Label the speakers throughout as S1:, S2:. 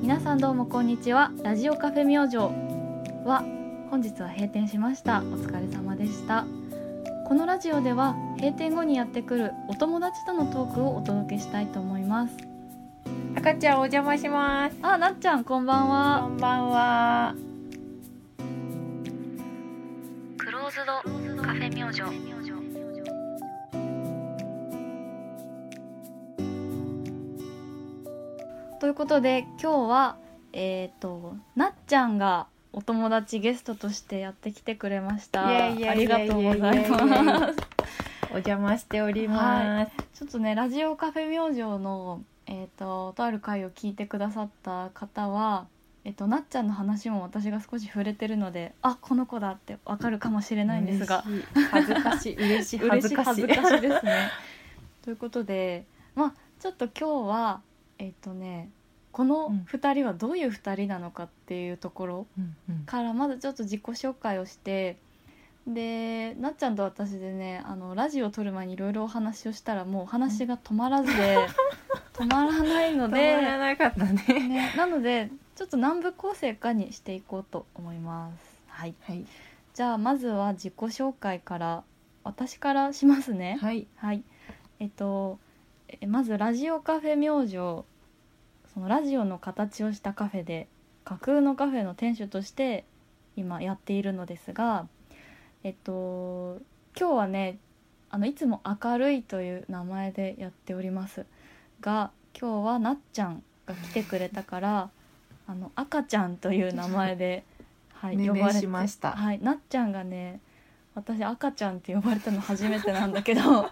S1: 皆さんどうもこんにちはラジオカフェ明星は本日は閉店しましたお疲れ様でしたこのラジオでは閉店後にやってくるお友達とのトークをお届けしたいと思います
S2: 赤ちゃんお邪魔します
S1: あなっちゃんこんばん
S2: こ
S1: は
S2: んばんは
S1: クローズドカフェ明星ということで今日はえっ、となっちゃんがお友達ゲストとしてやってきてくれました
S2: イ
S1: あ
S2: エイイエイ
S1: りがとうござい
S2: イエイイエイイエ
S1: ます
S2: お邪魔しております、
S1: ちょっとねラジオカフェ明星のえっ、ととある回を聞いてくださった方はえっと、なっちゃんの話も私が少し触れてるのであこの子だってわかるかもしれないんですが
S2: 嬉しい恥ずかしい嬉しい恥
S1: 嬉
S2: ず
S1: しい
S2: かし
S1: 恥
S2: い
S1: ずかしいですね。ということでまあちょっと今日はえっ、とねこの
S2: うん
S1: 2人はどういう2人なのかっていうところ
S2: うんうん
S1: からまずちょっと自己紹介をしてでなっちゃんと私でねあのラジオを撮る前にいろいろお話をしたらもうお話が止まらずで止まらないの
S2: 止まら
S1: で、
S2: なかったね
S1: ね、なのでちょっと南部構成かにしていこうと思います。はい、
S2: はい
S1: じゃあまずは自己紹介から私からしますね。
S2: はい
S1: はい。えっと、えまずラジオカフェ明星。そのラジオの形をしたカフェで、架空のカフェの店主として。今やっているのですが。えっと、今日はね。あのいつも明るいという名前でやっております。が、今日はなっちゃんが来てくれたから。 あの赤ちゃんという名前で。はい、
S2: 命
S1: 呼
S2: 名
S1: ばれて
S2: しました
S1: はい、なっちゃんがね。私赤ちゃんって呼ばれたの初めてなんだけど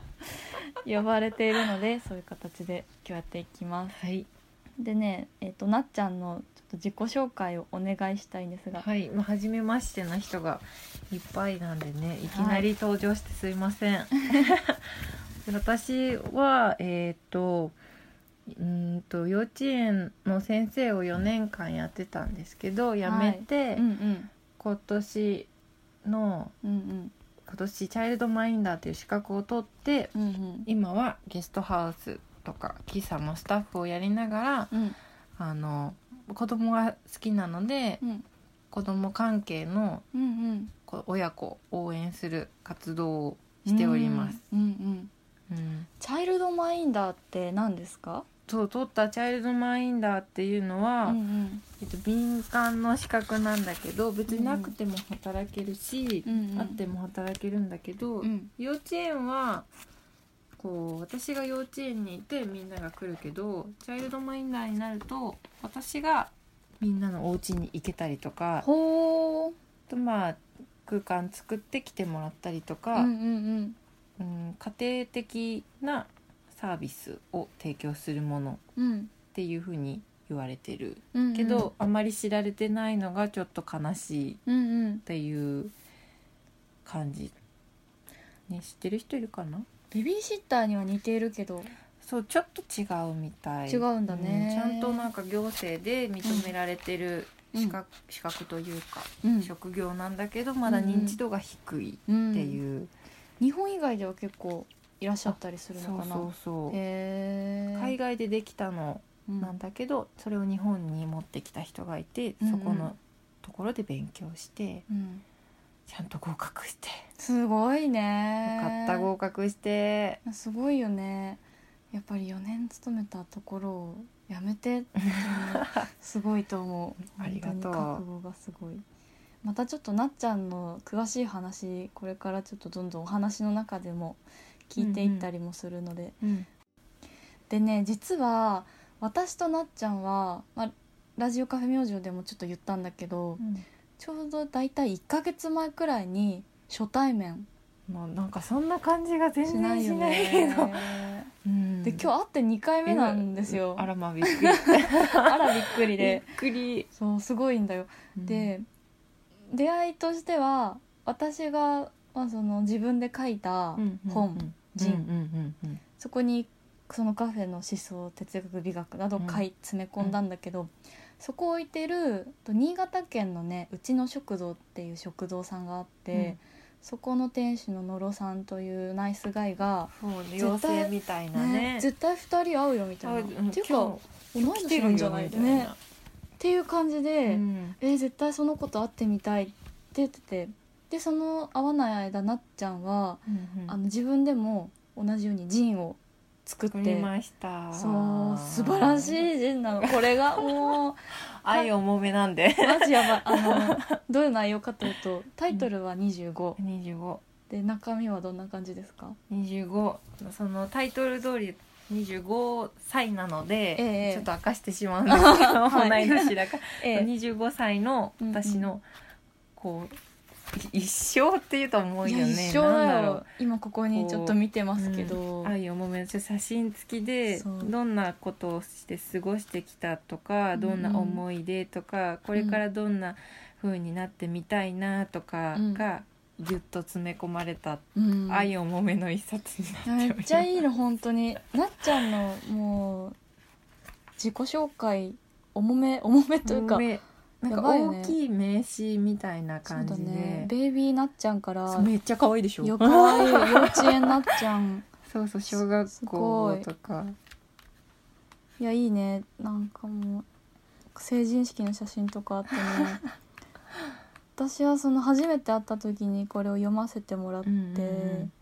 S1: 呼ばれているのでそういう形で今日やっていきます
S2: はい
S1: でねえっ、となっちゃんのちょっと自己紹介をお願いしたいんですが
S2: はいまあ初めましてな人がいっぱいなんでねいきなり登場してすいません、 私はえーっとうーんと幼稚園の先生を4年間やってたんですけど辞めて、
S1: うんうん
S2: 今年の
S1: うん
S2: 今年チャイルドマインダーという資格を取って
S1: うんうん
S2: 今はゲストハウスとか喫茶のスタッフをやりながら
S1: うん
S2: あの子供が好きなので
S1: うん
S2: 子供関係の
S1: うんうん
S2: こ親子を応援する活動をしております。
S1: うんうん
S2: うん
S1: チャイルドマインダーって何ですか
S2: そう取ったチャイルドマインダーっていうのは、
S1: うん
S2: えっと、敏感の資格なんだけど別になくても働けるし
S1: う、んうん
S2: あっても働けるんだけど、
S1: うん
S2: 幼稚園はこう私が幼稚園にいてみんなが来るけどチャイルドマインダーになると私がみんなのお家に行けたりとかあ
S1: ほう
S2: とまあ空間作って来てもらったりと
S1: うん
S2: か、
S1: うんうん
S2: うん家庭的なサービスを提供するものっ
S1: うん
S2: ていうふうに言われてる
S1: うん
S2: けど、あまり知られてないのがちょっと悲しいっ
S1: うんうん
S2: ていう感じ、ね、知ってる人いるかな
S1: ベビーシッターには似ているけど
S2: そうちょっと違うみたい
S1: 違うんだね
S2: ちゃんとなんか行政で認められてる資格,、資格というか、
S1: うん
S2: 職業なんだけどまだ認知度が低い
S1: うん
S2: っていう、
S1: 日本以外では結構いらっしゃったりする
S2: そ
S1: の
S2: う
S1: かな
S2: そうそう
S1: へえ
S2: 海外でできたの
S1: うん
S2: なんだけど、それを日本に持ってきた人がいて、
S1: うんうん
S2: そこのところで勉強して
S1: うん
S2: ちゃんと合格して、
S1: すごいね
S2: よかった合格して
S1: すごいよねやっぱり4年勤めたところをやめてっていうの はすごいと思う
S2: ありがと
S1: 本
S2: う
S1: 当に覚悟がすごいまたちょっとなっちゃんの詳しい話これからちょっとどんどんお話の中でも聞いていったりもするので、
S2: うん
S1: でね実は私となっちゃんは、まあ、ラジオカフェ明星でもちょっと言ったんだけど、ちょうど大体1ヶ月前くらいに初対面
S2: まあなんかそんな感じが全
S1: しな
S2: 然
S1: い
S2: し
S1: よ
S2: ない
S1: ね
S2: けど、うん
S1: で今日会って2回目なんですよ
S2: あらまあびっくり
S1: あらびっくり
S2: びっ
S1: で
S2: くり
S1: そうすごいんだよ、で出会いとしては私が、まあ、その自分で書いた本、人そこにそのカフェの思想哲学美学などを書い詰め込んだんだけど、そこを置いてると新潟県のねうちの食堂っていう食堂さんがあって、
S2: うん
S1: そこの店主の野呂さんというナイスガイが、
S2: そうね
S1: 絶対
S2: 妖精みたいなね
S1: 絶対2人会うよみたいな、
S2: あうん
S1: っていうか
S2: 今
S1: 同い
S2: 日来
S1: 年
S2: てる
S1: なん
S2: ん
S1: じ
S2: じ
S1: ゃ
S2: ゃ
S1: な
S2: ないい
S1: ねていう感じ
S2: う
S1: で、
S2: ん
S1: えー絶対その子と会ってみたいって言っててでその会わない間なっちゃんは、
S2: うん
S1: あの自分でも同じようにジンを作っ
S2: 作り
S1: て
S2: ました
S1: そう素晴らしいジンなのこれがもう
S2: 愛重めなんで
S1: マジやばいあのどういう内容かというとタイトルは25、
S2: 25
S1: で中身はどんな感じですか
S2: 25そのタイトル通り25歳なので、
S1: ええ
S2: ちょっと明かしてしまうん ですけど、
S1: はい
S2: 同い年だから、
S1: ええ
S2: 25歳の私の、こうい一生っていうと思う
S1: い
S2: よ
S1: や
S2: ね
S1: 一緒
S2: なん
S1: だ
S2: だろ
S1: よ
S2: う
S1: 今ここにちょっと見てますけ
S2: う
S1: ど、
S2: ん愛をもめちょっと写真付きで
S1: そう
S2: どんなことをして過ごしてきたとか
S1: うん
S2: どんな思い出とか、これからどんな風になってみたいなとかが、ぎゅっと詰め込まれた
S1: うん
S2: 愛をもめの一冊になっております
S1: めっちゃいいの本当になっちゃんのもう自己紹介重め重めというか
S2: 多めなん
S1: や
S2: か
S1: ばいよね
S2: 大きい名刺みたいな
S1: そう
S2: 感
S1: だ
S2: じで、
S1: ねベイビーなっちゃんから
S2: そうめっちゃ可愛いでしょ
S1: よかわいい幼稚園なっちゃん
S2: そうそう小学校とか
S1: いやいいねなんかもう成人式の写真とかあ ってね私はその初めて会った時にこれを読ませてもらって、
S2: うんうん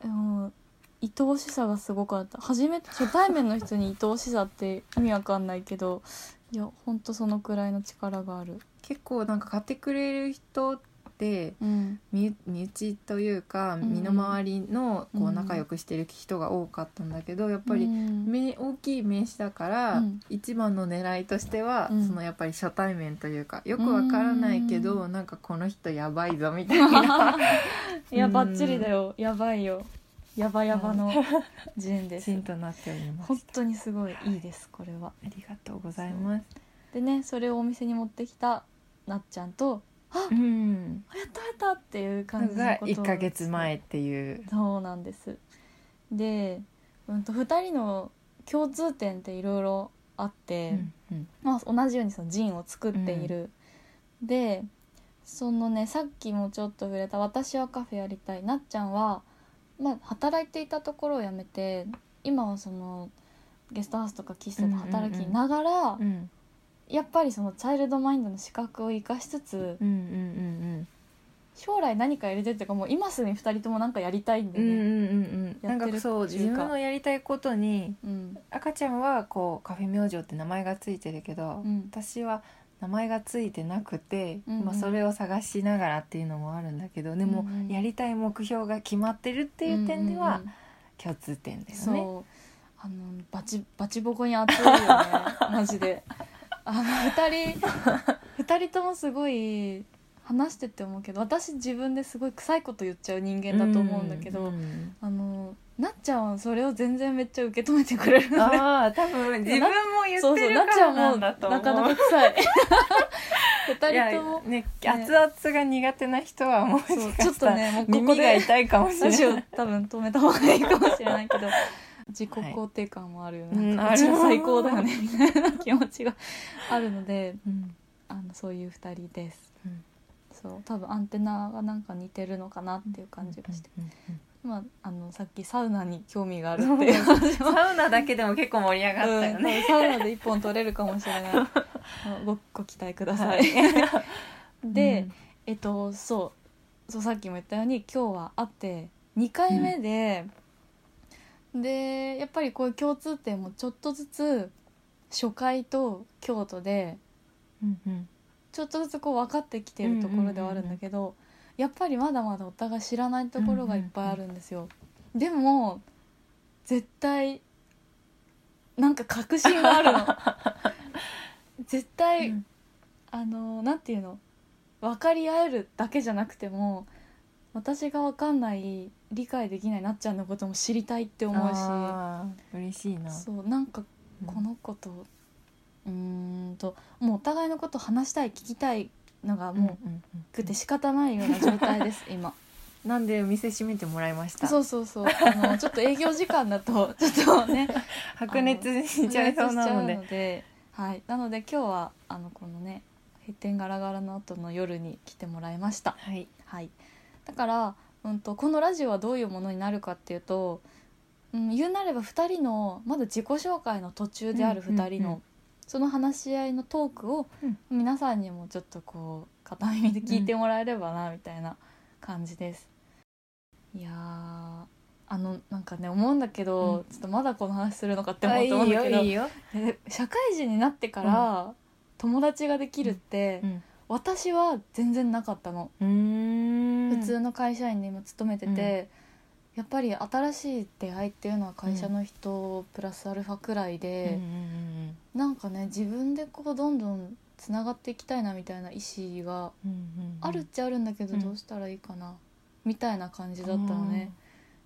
S1: でも愛おしさがすごかった初めて初対面の人に愛おしさって意味わかんないけどいやほんとそのくらいの力がある、
S2: 結構なんか買ってくれる人って
S1: うん、
S2: 身身内というか
S1: ん
S2: 身の回りのこ
S1: う
S2: うん仲良くしてる人が多かったんだけどやっぱ
S1: う
S2: り
S1: ん
S2: 名大きい名刺だから、
S1: うん
S2: 一番の狙いとしては、
S1: うん
S2: そのやっぱり初対面というかよくわからないけど、なんかこの人やばいぞみたい な
S1: いやばっちりだよやばいよやばやばのジェンです
S2: シーンとなっておりま す。
S1: 本当にすごいいいですこれは
S2: ありがとうございます。
S1: でねそれをお店に持ってきたなっちゃんと
S2: うん。
S1: 「あやったやった!」っていう感
S2: の
S1: じの
S2: が
S1: ことを
S2: 一ヶ月前っていう。
S1: そうなんですで、うん、と2人の共通点っていろいろあって、
S2: うん
S1: まあ、同じようにそのジンを作っている、でそのねさっきもちょっと触れた「私はカフェやりたい」なっちゃんは、まあ、働いていたところを辞めて今はそのゲストハウスとか喫茶で働きながら、
S2: うん
S1: やっぱりそのチャイルドマインドの資格を生かしつつ
S2: うんうん
S1: 将来何かやりたいっていうかもう今すぐに2人とも何かやりたいん
S2: うんう
S1: で
S2: んうん
S1: ね。
S2: うんうん。なんかそう
S1: やってるって
S2: 自
S1: いうか
S2: 分のやりたいことに
S1: うん
S2: 赤ちゃんはこうカフェ明星って名前がついてるけど、
S1: うん
S2: 私は名前がついてなくて、
S1: うんうん
S2: まあそれを探しながらっていうのもあるんだけど、で
S1: う
S2: も
S1: んうん
S2: やりたい目標が決まってるっていう点で
S1: う
S2: は
S1: んうん
S2: 共通点だよ
S1: そう
S2: ね。
S1: あのバチバチボコに熱いよね マジであの2人2人ともすごい話してって思うけど私自分ですごい臭いこと言っちゃう人間だと思うんだけど、
S2: うん
S1: あのなっちゃんはそれを全然めっちゃ受け止めてくれるので
S2: ああ多分自分も言
S1: そう
S2: っ
S1: そ
S2: て
S1: う
S2: る
S1: な
S2: か
S1: っちゃ
S2: ら
S1: ん
S2: な
S1: も
S2: んだ
S1: な
S2: と
S1: か
S2: 思う
S1: なか臭 い2人
S2: いやいや
S1: とも
S2: ね熱々が苦手な人はもし
S1: そう
S2: か
S1: ちょっ
S2: し
S1: と
S2: たら、
S1: ねもうここ
S2: 耳が
S1: で
S2: 痛いかもしれ
S1: ラ
S2: ない
S1: ジオ多分止めた方がいいかもしれないけど自己肯定感もあるよね、
S2: うん
S1: なんかうち
S2: ある
S1: 最高だよねみたいな 気持ちがあるので
S2: うん
S1: あのそういう2人です
S2: うん
S1: そう多分アンテナがなんか似てるのかなっていう感じがして、
S2: うん
S1: まあ、あのさっきサウナに興味がある
S2: うん
S1: っていう話も、
S2: サウナだけでも結構盛り上
S1: うん、
S2: がったよね、
S1: 多分サウナで1本取れるかもしれ ないあのごご期待ください、で、えっとそうそうさっきも言ったように今日は会って2回目で、でやっぱりこういう共通点もちょっとずつ初回と京都で
S2: うんうん
S1: ちょっとずつこう分かってきてるところではあるんだけど、やっぱりまだまだお互い知らないところがいっぱいあるんですよ。でも絶対なんか確信が あるの絶対、
S2: うん
S1: あのなんていうの分かり合えるだけじゃなくても私が分かんない理解できないなっちゃんのことも知りたいって思うし
S2: あー嬉しいな
S1: そうなんかこの子とうーんともうお互いのこと話したい聞きたいのが
S2: うんうん
S1: も
S2: うん
S1: うくて仕方ないような状態です 今
S2: なんで店閉めてもらいました
S1: そうそうそうあのちょっと営業時間だと ちょっとね
S2: 白熱しちゃいそうなので
S1: お願いしちゃうのではい、なので今日はあのこのね閉店ガラガラの後の夜に来てもらいました、
S2: はい
S1: はい、だから、うん、とこのラジオはどういうものになるかっていうと、うん、言うなれば2人のまだ自己紹介の途中である
S2: うんうんうん
S1: 2人のその話し合いのトークを
S2: うん
S1: 皆さんにもちょっとこう片耳で聞いてもらえればなみたいな感じです。いやーあのなんかね思うんだけど、ちょっとまだこの話するのかって思うと思うんだけど
S2: よ。
S1: え社会人になってから、友達ができるって、
S2: うん
S1: 私は全然なかったの。
S2: うん
S1: 普通の会社員で今勤めてて、やっぱり新しい出会いっていうのは会社の人プラスアルファくらいで、なんかね自分でこうどんどんつながっていきたいなみたいな意思があるっちゃあるんだけど、
S2: うん
S1: どうしたらいいかなみたいな感じだったのね、。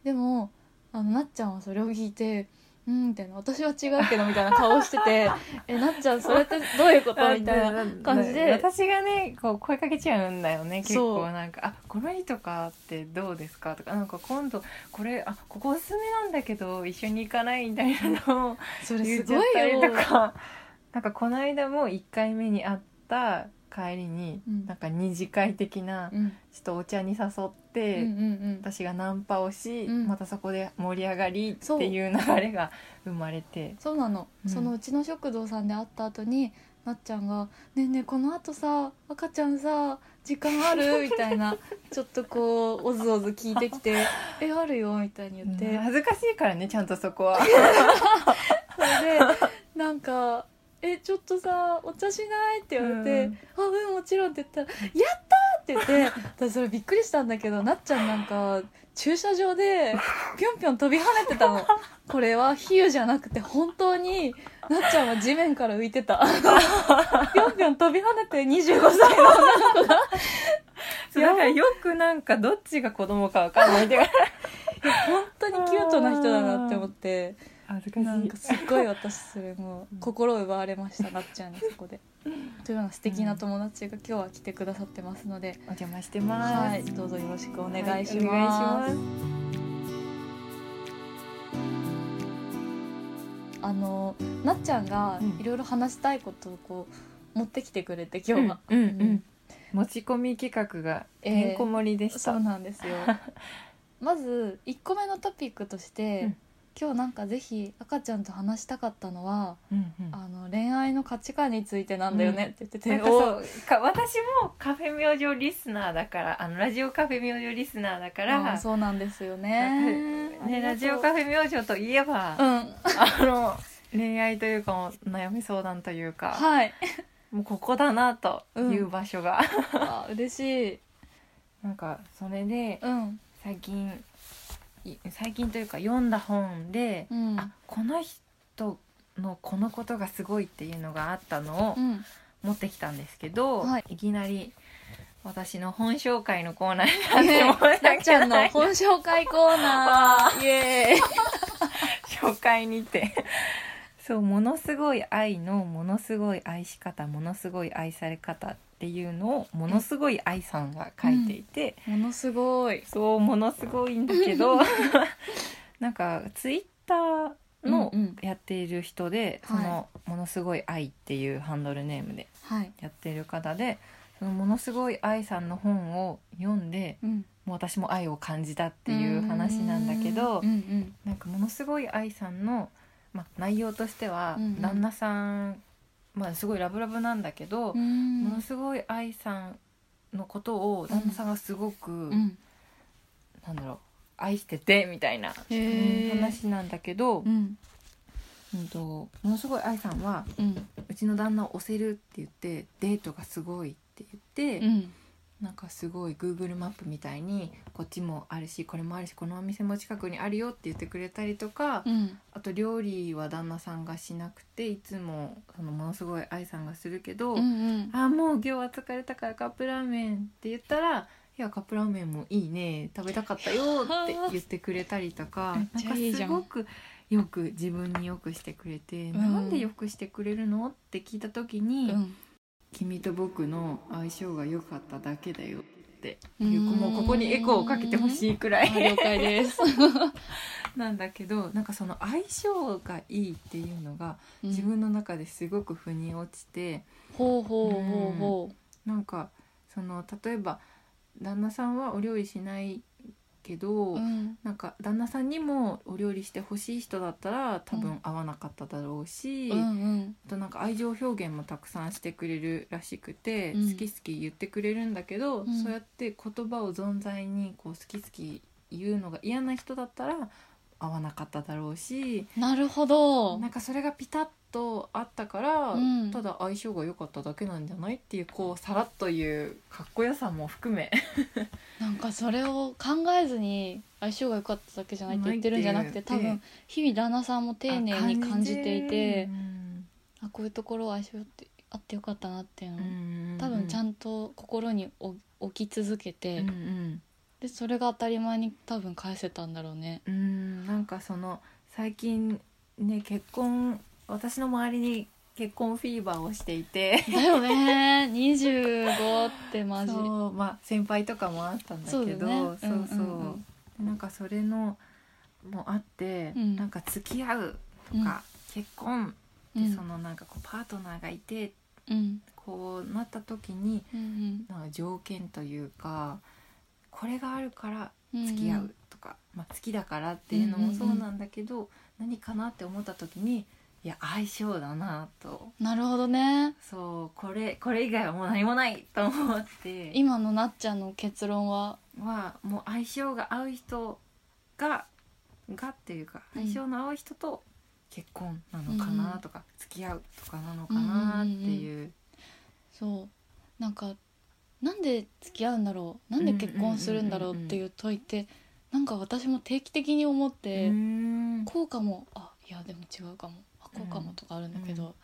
S1: でもあのなっちゃんはそれを聞いて「うん」みたいな「私は違うけど」みたいな顔してて 「えなっちゃんそれってどういうこと?」みたいな。感じで
S2: 私がねこう声かけちゃうんだよね結
S1: そ
S2: 構
S1: う
S2: なんか「あこの人かってどうですか?」とか「なんか今度これあここおすすめなんだけど一緒に行かない?」みたいな のを
S1: それ
S2: 言
S1: す
S2: っちゃ
S1: ご
S2: っ
S1: い
S2: たり
S1: よ
S2: とかなんかこの間も1回目に会った帰りに、
S1: うん
S2: なんか二次会的なちょ
S1: うん
S2: っとお茶に誘って。
S1: うんうんうん
S2: 私がナンパをし、
S1: うん
S2: またそこで盛り上がり
S1: そう
S2: っていう流れが生まれて
S1: そうなの、
S2: うん
S1: そのうちの食堂さんで会った後になっちゃんが「ねえねえこのあとさ赤ちゃんさ時間ある?」みたい なちょっとこうおずおず聞いてきて「えあるよ」みたいに言って、
S2: うん恥ずかしいからねちゃんとそこは
S1: それでなんか「えちょっとさお茶しない?」って言われて「
S2: うん
S1: あうんもちろん」って言ったら「やった!」って言って私それびっくりしたんだけどなっちゃんなんか駐車場でぴょんぴょん飛び跳ねてたのこれは比喩じゃなくて本当になっちゃんは地面から浮いて たぴょんぴょん飛び跳ねて25歳の
S2: そうだからよくなんかどっちが子供かわかんないで
S1: 本当にキュートな人だなって思って
S2: 恥ずかしい
S1: なんかすっごい私それもう心を奪われましたなっちゃんにそこで。というような素敵な友達が今日は来てくださってますので、
S2: お邪魔してます、
S1: はい、どうぞよろしくお願いします。
S2: はいお願いしま
S1: あのなっちゃんが
S2: うん
S1: いろいろ話したいことをこう持ってきてくれて
S2: す
S1: 今日は、
S2: うんうんう
S1: うんん
S2: 持ち込み企画が
S1: え
S2: て
S1: ー
S2: んこ盛りでした、
S1: そうなんですよまず1個目のトピックとして、
S2: うん
S1: 今日なんかぜひ赤ちゃんと話したかったのは、
S2: うんうん
S1: あの恋愛の価値観についてなんだよねって言ってて、
S2: なんか
S1: お
S2: そうか私もカフェ明星リスナーだからあのラジオカフェ明星リスナーだから
S1: あそうなんですよね
S2: ね、ラジオカ
S1: フ
S2: フェ明星といえば、
S1: うん
S2: あの恋愛というかもう悩み相談というか、
S1: はい
S2: もうここだなという場所が、
S1: あ嬉しい
S2: なんかそれで
S1: うん
S2: 最近い最近というか読んだ本で、
S1: うん
S2: あこの人のこのことがすごいっていうのがあったのを
S1: うん
S2: 持ってきたんですけど、
S1: はい
S2: いきなり私の本紹介のコーナーになって申し
S1: なっち
S2: 訳
S1: ゃん
S2: な
S1: の
S2: い
S1: 本紹介コーナーイエーイ
S2: 紹介にてそうものすごい愛のものすごい愛し方ものすごい愛され方っていうのをものすごい愛さんが書いていて、
S1: ものすごい
S2: そうものすごいんだ けどなんかツイッターの
S1: うんうん
S2: やっている人で、
S1: はい
S2: その「ものすごい愛」っていうハンドルネームで
S1: はい
S2: やっている方でそのものすごい愛さんの本を読んで
S1: うん
S2: もう私も愛を感じたっていう話なんだけど
S1: うんうん
S2: なんかものすごい愛さんの、まあ、内容としては
S1: うんうん
S2: 旦那さん、まあ、すごいラブラブなんだけど、
S1: うん
S2: ものすごい愛さんのことを旦那さんがすごく、
S1: うん
S2: なんだろう愛しててみたいな、
S1: へー
S2: うん話なんだけど、
S1: うん
S2: うんとものすごい愛さんは
S1: うん
S2: うちの旦那を押せるって言ってデートがすごいって言って、
S1: うん
S2: なんかすごい Google マップみたいにこっちもあるしこれもあるしこのお店も近くにあるよって言ってくれたりとか、
S1: うん
S2: あと料理は旦那さんがしなくていつもそのものすごい愛さんがするけど「
S1: うん
S2: あーもう今日は疲れたからカップラーメン」って言ったら「いやカップラーメンもいいね食べたかった よ」って言ってくれたりとか
S1: めっちゃいいじゃん
S2: なんかすごくよく自分によくしてくれて「
S1: うん
S2: なんでよくしてくれるの?」って聞いた時に、
S1: うん
S2: 君と僕の相性が良かっただけだよ」って
S1: う
S2: い
S1: ん
S2: うもうここにエコーをかけてほしいくら
S1: あ
S2: い。
S1: 了解です
S2: なんだけどなんかその相性がいいっていうのが自
S1: うん
S2: 分の中ですごく腑に落ちて、
S1: ほうほうほうほ
S2: なんかその例えば旦那さんはお料理しないけど、
S1: うん
S2: なんか旦那さんにもお料理してほしい人だったら多
S1: う
S2: 分
S1: ん
S2: 合わなかっただろうし、
S1: うんう
S2: あ
S1: ん
S2: となんか愛情表現もたくさんしてくれるらしくて、
S1: うん
S2: 好き好き言ってくれるんだけど、
S1: うん
S2: そうやって言葉を存在にこう好き好き言うのが嫌な人だったら合わなかっただろうし、
S1: なるほど
S2: なんかそれがピタッとあったから、
S1: うん
S2: ただ相性が良かっただけなんじゃないっていうこうさらっというかっこよさも含め
S1: なんかそれを考えずに相性が良かっただけじゃないって言ってるんじゃなくて
S2: ないってい
S1: 多
S2: う
S1: 分日々旦那さんも丁寧に感じていて
S2: うん
S1: あこういうところは相性ってあってよかったなっていうのを、
S2: うん
S1: 多分ちゃ
S2: ん
S1: んと心に置置き続けて、
S2: うんうん
S1: でそれが当たり前に多分返せたんだろうね。
S2: うんなんかその最近ね結婚私の周りに結婚フィーバーをしていて
S1: だよ ね25ってマジ。
S2: そうまあ先輩とかもあったんだけど
S1: そうだね
S2: そうそう
S1: うんうんうん
S2: でなんかそれのもあって、
S1: うん
S2: なんか付き合うとか、結婚
S1: うん
S2: でそのなんかこうパートナーがいて
S1: うん
S2: こうなった時に
S1: うん
S2: なんか条件というかこれがあるから
S1: うん
S2: 付き合うとか、まあ、好きだからっていうのもそうなんだけど、何かなって思った時にいや相性だなと
S1: なるほどね
S2: そうこれこれ以外はもう何もないと思って
S1: 今のなっちゃんの結論は
S2: はもう相性が合う人ががっていうか
S1: うん
S2: 相性の合う人と結婚なのかなとか、付き合うとかなのかなっていう。
S1: そうなんかなんで付き合うんだろうなんで結婚するんだろうっていう問いってなんか私も定期的に思っ
S2: う
S1: て、
S2: ん
S1: こうかもあいやでも違うかもあこうかもとかあるんだけど、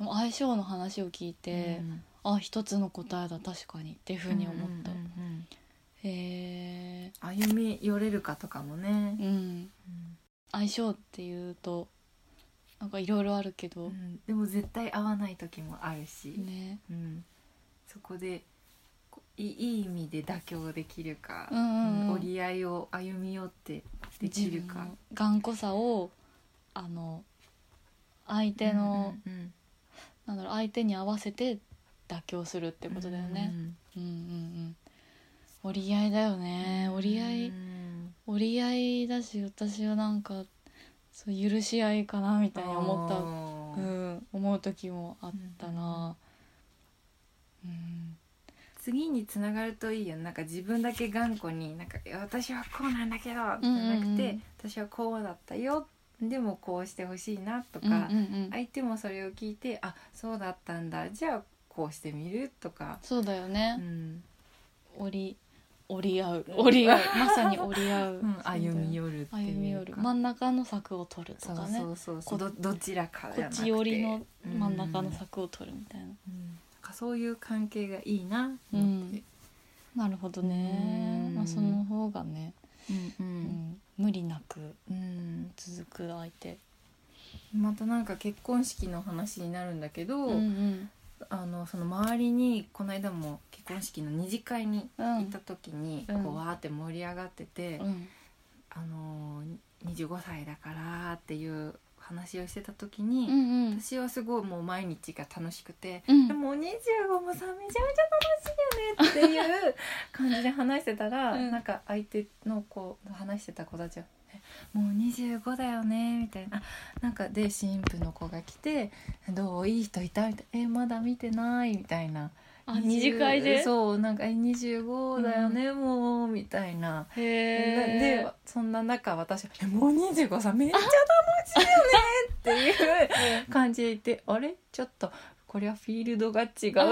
S1: でも相性の話を聞いて
S2: う、ん
S1: あ一つの答えだ確かにっていうふうに思った、
S2: うんうんうん
S1: へえ
S2: 歩み寄れるかとかもね
S1: う、ん
S2: うん
S1: 相性っていうとなんかいろいろあるけど、
S2: うんでも絶対合わない時もあるし、
S1: ね
S2: うん、そこでこういいいい意味で妥協できるか、
S1: うんうんうん
S2: 折り合いを歩み寄ってできる
S1: 自
S2: か
S1: 分の頑固さをあの相手の、
S2: うんうん
S1: なんだろう相手に合わせて妥協するって
S2: うん
S1: ことだよね
S2: う、ん
S1: うん、うんうん折り合いだよね折り合い、
S2: うん
S1: 折り合いだし私はなんかそう許し合いかなみたいに思った
S2: あ
S1: う
S2: ー
S1: ん、思う時もあったな、うん
S2: 次につながるといいよなんか自分だけ頑固になんかいや私はこうなんだけどじゃなくて、
S1: うんうんうん
S2: 私はこうだったよでもこうしてほしいなとか、
S1: うんうんうん
S2: 相手もそれを聞いてあそうだったんだじゃあこうしてみるとか、
S1: そうだよね
S2: う、ん
S1: 折り折り合 う折り合うまさに折り合う、
S2: うん、歩み
S1: 寄る
S2: 寄るっていうか
S1: 歩み寄る真ん中の柵を取ると
S2: そ
S1: か
S2: う
S1: ね
S2: そうそうそうどどちらか
S1: こ
S2: じゃ
S1: っ
S2: なくて
S1: ち寄りの
S2: うん
S1: 真ん中の柵を取るみたいな、
S2: うんなんかそういう関係がいいなって
S1: うんなるほどね
S2: うん
S1: まあその方がね、
S2: うんう
S1: うんん、無理なく
S2: うん
S1: 続く相手
S2: またなんか結婚式の話になるんだけど、
S1: うん
S2: あのその周りにこの間も結婚式の二次会に
S1: うんうん
S2: 行った時に、
S1: うん
S2: こうわーって盛り上がってて、
S1: うん
S2: あのー25歳だからっていう話をしてた時に、
S1: うんうん
S2: 私はすごいもう毎日が楽しくて、
S1: うん
S2: でも25もさめちゃめちゃ楽しいよねっていう感じで話してたら、
S1: うん
S2: なんか相手の子話してた子たちはえ「もう25だよね」みたいななんかで新婦の子が来て「どういい人いた?」みたいな「えまだ見てない」みたいな
S1: あ二次会で
S2: そうなんか「え25だよね、もう」みたいな。
S1: へ
S2: な
S1: え
S2: でそんな中私は「えもう25歳めっちゃ楽しいよね」っていう感じでいて「あれちょっとこれはフィールドが違うぞ」ってな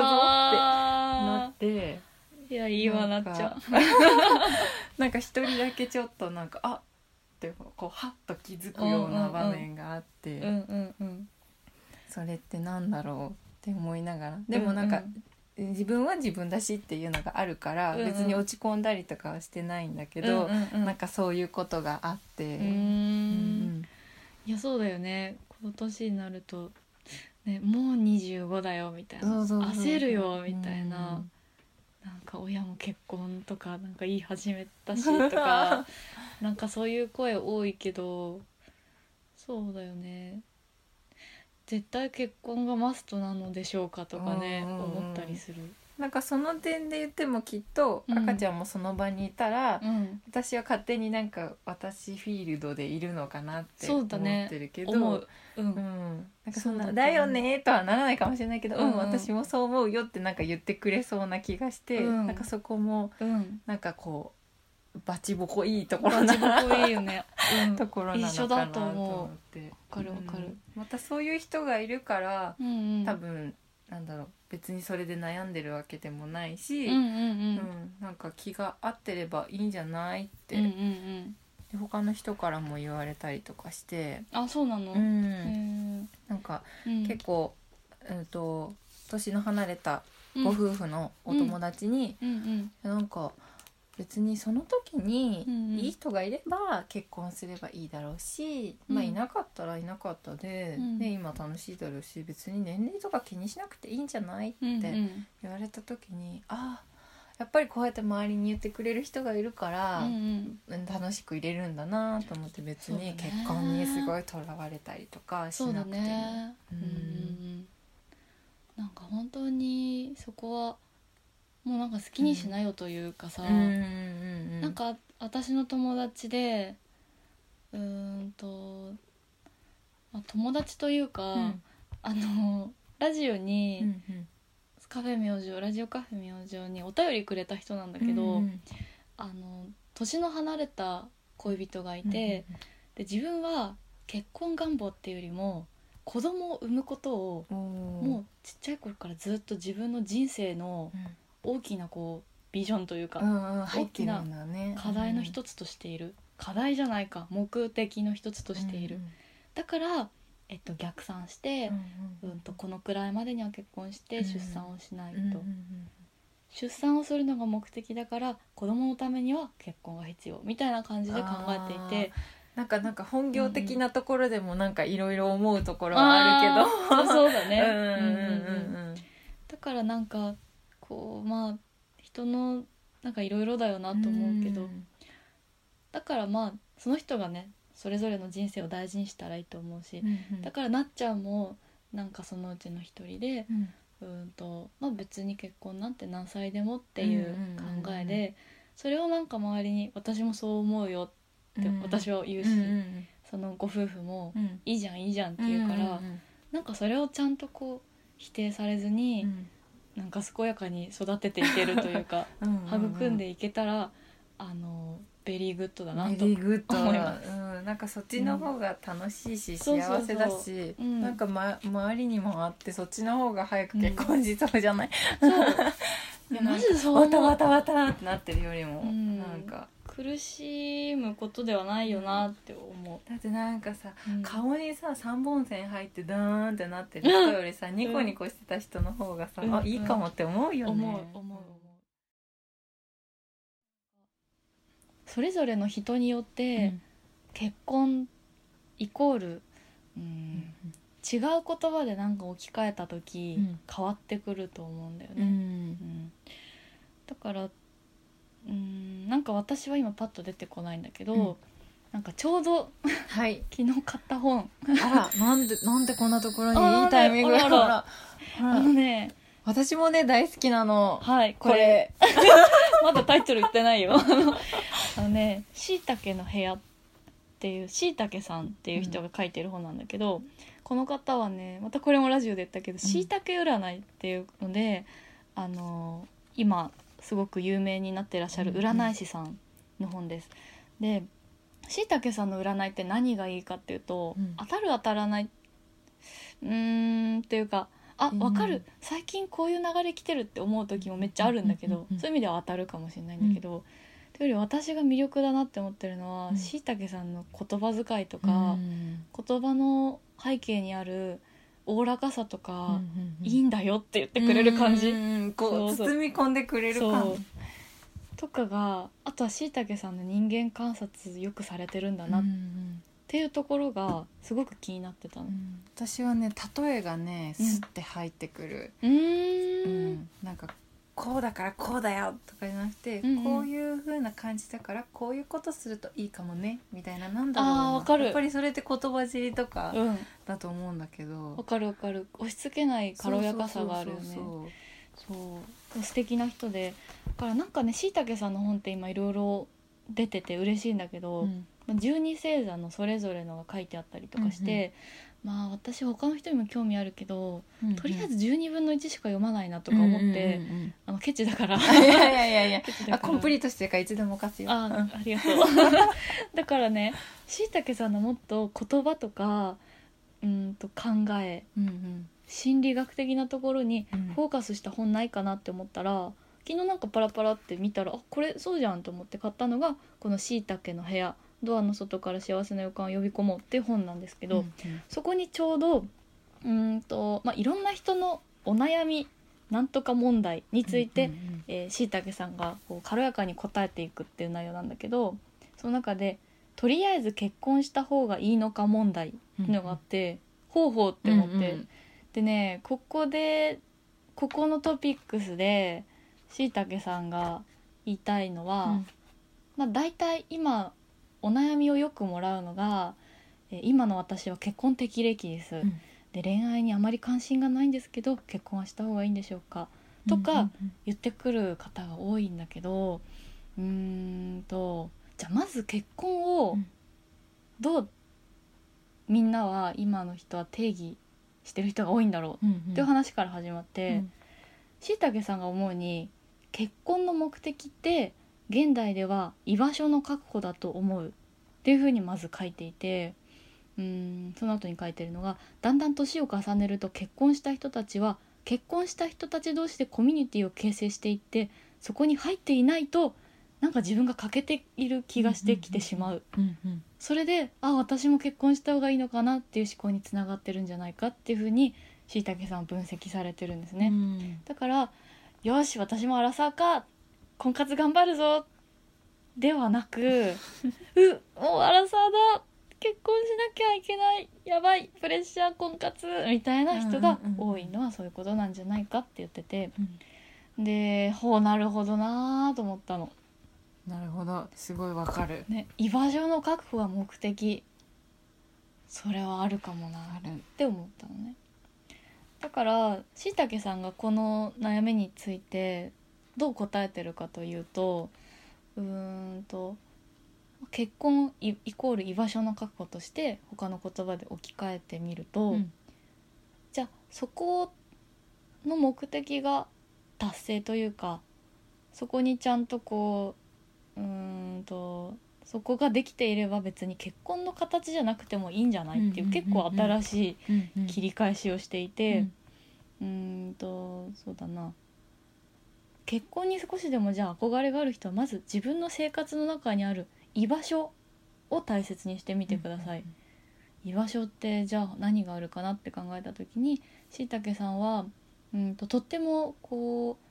S1: あ
S2: って
S1: ーいやいいわな
S2: なん
S1: っ
S2: か
S1: ちゃ
S2: なんか一人だけちょっとなんか「あっ」てこうハッと気づくような場面があって、
S1: ううんうんうん
S2: それってなんだろうって思いながらでもなん
S1: う
S2: か
S1: んうん
S2: 自分は自分だしっていうのがあるから
S1: うんうん
S2: 別に落ち込んだりとかはしてないんだけど
S1: うんう、んうん
S2: なんかそういうことがあって。
S1: うーんいやそうだよねこの年になると、ね、もう25だよみたいな
S2: そうそうそう
S1: 焦るよみたい
S2: うん
S1: な、なんか親も結婚とかなんか言い始めたしと かなんかそういう声多いけどそうだよね絶対結婚がマストなのでしょうかとかね
S2: うんうんうん
S1: 思ったりする
S2: なんかその点で言ってもきっと
S1: うん
S2: 赤ちゃんもその場にいたら、
S1: うん、
S2: 私は勝手になんか私フィールドでいるのかなって
S1: そ
S2: 思
S1: うだね
S2: ってるけど、
S1: 思う、う、
S2: うんん、なんかそ
S1: そ
S2: んな
S1: うだと思う
S2: だよねとはならないかもしれないけど、うん
S1: うんうん
S2: 私もそう思うよってなんか言ってくれそうな気がして、
S1: うん
S2: なんかそこも
S1: うん、
S2: なんかこうバチボコいいところ
S1: バ
S2: な
S1: チボコいいよね、うん、
S2: ところなの
S1: 一緒
S2: かな
S1: だ
S2: と
S1: と思う
S2: 思って。わ
S1: かるわかる
S2: またそういう人がいるから、
S1: うんうん、
S2: 多分なんだろう別にそれで悩んでるわけでもないし、
S1: うんうんうん
S2: うんなんか気が合ってればいいんじゃないって、
S1: うんうんうん
S2: で他の人からも言われたりとかして、
S1: あそうなの、
S2: う
S1: へ
S2: ん、
S1: ー
S2: なんか
S1: うん、
S2: 結構、うん、と年の離れた
S1: 構
S2: ご夫婦のお友達に、
S1: うんうん
S2: なんか別にその時に
S1: うんうん
S2: いい人がいれば結婚すればいいだろうし、
S1: うん
S2: まあいなかったらいなかったで、
S1: うん
S2: で今楽しいだろうし別に年齢とか気にしなくていいんじゃないって
S1: うんうん
S2: 言われた時に、ああやっぱりこうやって周りに言ってくれる人がいるから、
S1: うんうん
S2: うん楽しくいれるんだなと思って別に
S1: そうだ
S2: 結
S1: ね
S2: 婚にすごいとらわれたりとかし
S1: そうだ
S2: なくても、
S1: ね
S2: う
S1: うんんうんうんなんか本当にそこはもうなんか好きにしなよというかさ、
S2: うんうんうん
S1: なんか私の友達でうーんと、まあ、友達というか、
S2: うん
S1: あのラジオに、
S2: うんうん
S1: カフェ明星ラジオカフェ明星にお便りくれた人なんだけど、
S2: うんうん
S1: あの年の離れた恋人がいて、で自分は結婚願望っていうよりも子供を産むことを
S2: うんうん、
S1: もうちっちゃい頃からずっと自分の人生の
S2: うん
S1: 大きなこうビジョンというか、
S2: うんうん、入ってるんだね
S1: 課題の一つとしている課題じゃないか目的の一つとしている、だから、えっと、逆算して、うんとこのくらいまでには結婚して
S2: うん
S1: 出産をしないと、
S2: 感
S1: 出産をするのが目的だから子供のためには結婚が必要みたいな感じで考えていて
S2: なんかなんか本業的なところでもなんかいろいろ思うところはあるけ
S1: あー
S2: ど
S1: そうだね
S2: うんうんうんうん
S1: だからなんかこうまあ人のなんかいろいろだよなと思うけど、
S2: ん
S1: だからまあその人がねそれぞれの人生を大事にしたらいいと思うし、
S2: うん
S1: だからなっちゃんもなんかそのうちの一人で
S2: う
S1: う
S2: ん
S1: ーんと、まあ、別に結婚なんて何歳でもっていう考えで、
S2: うんうんうん
S1: それをなんか周りに「私もそう思うよ」って
S2: うん
S1: 私は言う
S2: う
S1: し、
S2: んうん
S1: そのご夫婦も
S2: うんうん
S1: 「いいじゃんいいじゃん」って言うから、
S2: んん
S1: なんかそれをちゃんとこう否定されず
S2: う
S1: に、
S2: ん
S1: なんか健やかに育てていけるというか
S2: うんうん
S1: 育んでいけたらあのベリーグッドだな
S2: ベ
S1: と
S2: リーグッド
S1: 思います
S2: うん、なんかそっちの方が楽しいし、
S1: そう
S2: 幸
S1: そうそう
S2: せだし、
S1: うん
S2: なんか、ま、周りにもあってそっちの方が早く結婚しそうじゃない、
S1: そう
S2: で
S1: マジでそう
S2: わた
S1: 思
S2: わ
S1: う
S2: たわたってなってるよりも、
S1: うん
S2: なんか
S1: 苦しむことではないよなって思
S2: だってなんかさ
S1: う、うん
S2: 顔にさ3本線入ってダーンってなってる人よりさ、ニコニコしてた人の方がさ、
S1: うん
S2: あいいかもって思うよね、
S1: 思う思う思うそれぞれの人によっ
S2: う
S1: て
S2: ん
S1: 結婚イコール、うん、違う言葉でなんか置き換えた時、
S2: うん
S1: 変わってくると思うんだよ
S2: うんう
S1: ね、
S2: ん
S1: うんだからうんなんか私は今パッと出てこないんだけど、
S2: うん
S1: なんかちょうど
S2: はい
S1: 昨日買った本
S2: あらなんでなんでこんなところ
S1: あ
S2: にいいタイミング
S1: あらあら
S2: ほらほら
S1: あのね
S2: 私もね大好きなの
S1: はいこ
S2: こ
S1: れ
S2: れ
S1: まだタイトル言ってないよ あのあのね「しいたけの部屋」っていうしいたけさんっていう人が書いてる本なんだけど、この方はねまたこれもラジオで言ったけどしいたけ占いっていうのであの今すごく有名になってらっしゃる占い師さんの本です。でしいたけさんの占いって何がいいかっていうと、
S2: うん
S1: 当たる当たらないうーんっていうかあ
S2: うん
S1: わかる、最近こういう流れ来てるって思う時もめっちゃあるんだけど、
S2: うんうんうんうん
S1: そういう意味では当たるかもしれないんだけど、というより私が魅力だなって思ってるのは、
S2: うん
S1: しいたけさんの言葉遣いと
S2: う
S1: か、
S2: ん
S1: 言葉の背景にあるおおらかさと
S2: うんう
S1: か、
S2: んうん
S1: いいんだよって言ってくれる感じ、
S2: うんうんうんこう
S1: そうそう
S2: 包み込んでくれる
S1: そう
S2: 感
S1: とかがあとはしいたけさんの人間観察よくされてるんだ
S2: だ
S1: な
S2: な、
S1: っっていうところがすごく気になってたの
S2: う。ん私はね例えがね
S1: うん
S2: スッて入ってくる、
S1: うー
S2: うん
S1: ん
S2: なんかこうだからこうだよとかじゃなくて、
S1: うんうん
S2: こういう風な感じだからこういうことするといいかもねみたいななんだろう
S1: あー
S2: な
S1: わかる
S2: やっぱりそれって言葉尻とか
S1: うん、わ、
S2: だと思うんだけど、
S1: かるわかる押し付けない軽やかさがあるよね
S2: そうそうそうそう
S1: そう素敵な人でだからなんかねしいたけさんの本って今いろいろ出てて嬉しいんだけど、
S2: うん
S1: まあ12星座のそれぞれのが書いてあったりとかして、まあ私他の人にも興味あるけど、とりあえず12分の1しか読まないなとか思って、
S2: うんうんうんうん
S1: あのケチ だから。
S2: いやいやいやいや
S1: ケチだから
S2: あコンプリートしてるからいつでも貸すよ
S1: あありがとう だからねしいたけさんのもっと言葉とかうんと考え
S2: うんうん
S1: 心理学的なところに
S2: うん
S1: フォーカスした本ないかなって思ったら昨日なんかパラパラって見たらあこれそうじゃんと思って買ったのがこの「しいたけの部屋ドアの外から幸せな予感を呼び込もう」っていう本なんですけど、
S2: うんうん
S1: そこにちょうどうーんと、まあ、いろんな人のお悩みなんとか問題について、
S2: うんうん
S1: えー、しいたけさんがこう軽やかに答えていくっていう内容なんだけどその中で「とりあえず結婚した方がいいのか問題」っていうのがあって「ほうほう」って思って、
S2: うんうん
S1: でねここでここのトピックスでしいたけさんが言いたいのは、
S2: うん
S1: まあ、大体今お悩みをよくもらうのが「えー今の私は結婚適齢期です」
S2: ん
S1: で「恋愛にあまり関心がないんですけど結婚はした方がいいんでしょうか?」とか、
S2: うん
S1: 言ってくる方が多いんだけどうーんとじゃあまず結婚
S2: う
S1: を
S2: ん
S1: どうみんなは今の人は定義してる人が多いんだろう
S2: うんうん
S1: っていう話から始まっ
S2: う
S1: て
S2: ん
S1: しいたけさんが思うに結婚の目的って現代では居場所の確保だと思うっていうふうにまず書いていてうーんその後に書いてるのがだんだん年を重ねると結婚した人たちは結婚した人たち同士でコミュニティを形成していってそこに入っていないとなんか自分が欠けている気がしてきてしまう,、
S2: うんうん
S1: それであ私も結婚した方がいいのかなっていう思考につながってるんじゃないかっていうふうにしいたけさんは分析されてるんですね。
S2: うん
S1: だからよし私もアラサーか婚活頑張るぞではな くうもうアラサーだ結婚しなきゃいけないやばいプレッシャー婚活みたいな人が
S2: うんうんうんうん
S1: 多いのはそういうことなんじゃないかって言っててでほうなるほどなーと思ったの、
S2: なるほどすごいわかる
S1: ね、居場所の確保は目的それはあるかもな
S2: ある
S1: って思ったのねだからしいたけさんがこの悩みについてどう答えてるかというとうーんと結婚イイコール居場所の確保として他の言葉で置き換えてみると、
S2: うん
S1: じゃあそこの目的が達成というかそこにちゃんとこううーんとそこができていれば別に結婚の形じゃなくてもいいんじゃないっていう
S2: うんうんうんうん
S1: 結構新しい
S2: うんうん
S1: 切り返しをしていてうーんとそうだな結婚に少しでもじゃあ憧れがある人はまず自分の生活の中にある居場所を大切にしてみてください。居場所ってじゃあ何があるかなって考えた時にしいたけさんはうんととってもこう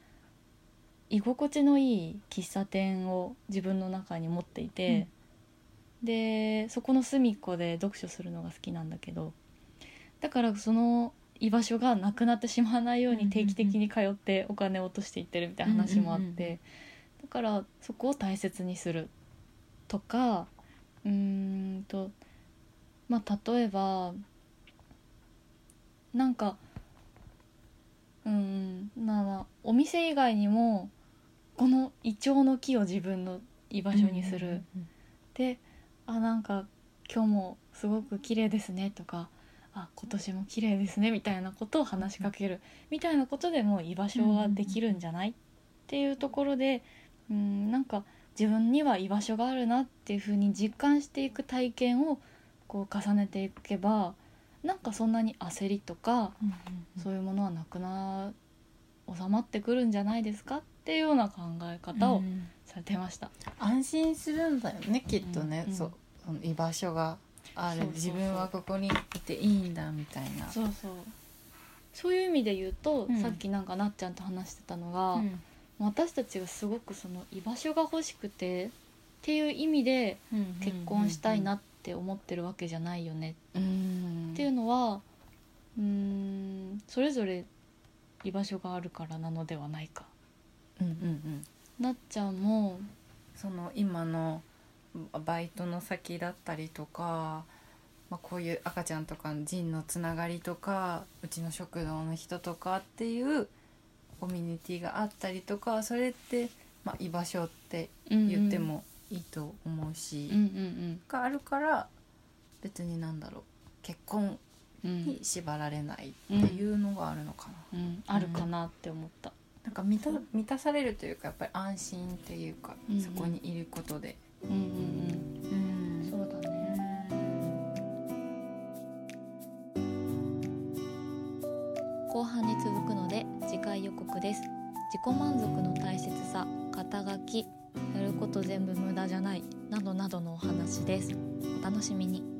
S1: 居心地のいい喫茶店を自分の中に持っていて、でそこの隅っこで読書するのが好きなんだけどだからその居場所がなくなってしまわないよう
S2: うんうんう
S1: に
S2: ん
S1: 定期的に通ってお金を落としていってるみたいな話もあって、
S2: うんうんうん
S1: だからそこを大切にするとかうーんとまあ例えばなんかうんなお店以外にもこのイチョウの木を自分の居場所にする、であなんか今日もすごく綺麗ですねとかあ今年も綺麗ですねみたいなことを話しかけるみたいなことでもう居場所ができるんじゃないっていうところでうんなんか自分には居場所があるなっていうふうに実感していく体験をこう重ねていけばなんかそんなに焦りとか
S2: うんうんうん
S1: そういうものはなくな収まってくるんじゃないですかっていうような考え方
S2: う
S1: を
S2: ん
S1: されてました。
S2: 安心するんだよねきっとね、
S1: うんうん
S2: そうその居場所がある
S1: そうそうそう
S2: 自分はここにいていいんだみたいな
S1: そうそうそういう意味で言うと、
S2: うん
S1: さっきなんかなっちゃんと話してたのが、
S2: うん
S1: 私たちがすごくその居場所が欲しくてっていう意味で結婚したいなって思ってるわけじゃないよね、
S2: うん
S1: っていうのはうーんそれぞれ居場所があるからなのではないか
S2: うんうんうん
S1: なっちゃんも
S2: その今のバイトの先だったりとか、まあ、こういう赤ちゃんとかの人のつながりとかうちの食堂の人とかっていうコミュニティがあったりとかそれって、まあ、居場所って
S1: うんうん
S2: 言ってもいいと思うし、
S1: うんうん
S2: があるから別になんだろう結婚
S1: うんうん
S2: に縛られないっていうのがあるのかな。
S1: うんあるかなって思った
S2: なんか満た満たされるというかやっぱり安心っていうか、
S1: うんうん
S2: そこにいることで。
S1: うんうん
S2: うん
S1: うんそうだね後半に続くので次回予告です自己満足の大切さ肩書きやること全部無駄じゃないなどなどのお話ですお楽しみに